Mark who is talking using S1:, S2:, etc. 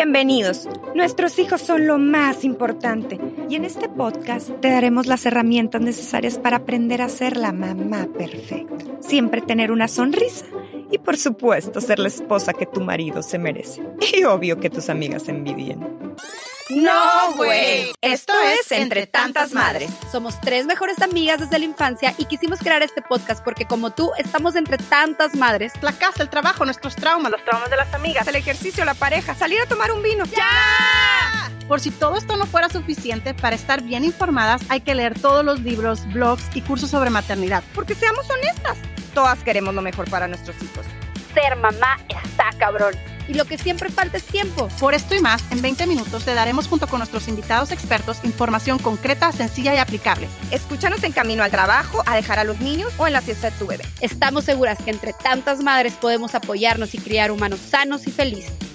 S1: Bienvenidos. Nuestros hijos son lo más importante y en este podcast te daremos las herramientas necesarias para aprender a ser la mamá perfecta. Siempre tener una sonrisa y por supuesto ser la esposa que tu marido se merece. Y obvio que tus amigas envidien.
S2: No, güey. Esto es Entre Tantas Madres.
S3: Somos tres mejores amigas desde la infancia y quisimos crear este podcast porque como tú estamos entre tantas madres.
S4: La casa, el trabajo, nuestros traumas, los traumas de las amigas,
S5: el ejercicio, la pareja, salir a tomar un vino.
S4: ¡Ya! Por si todo esto no fuera suficiente, para estar bien informadas hay que leer todos los libros, blogs y cursos sobre maternidad.
S5: Porque seamos honestas, todas queremos lo mejor para nuestros hijos.
S2: Ser mamá está cabrón
S3: y lo que siempre falta es tiempo.
S4: Por esto y más, en 20 minutos te daremos junto con nuestros invitados expertos información concreta, sencilla y aplicable.
S5: Escúchanos en camino al trabajo, a dejar a los niños o en la siesta de tu bebé.
S3: Estamos seguras que entre tantas madres podemos apoyarnos y criar humanos sanos y felices.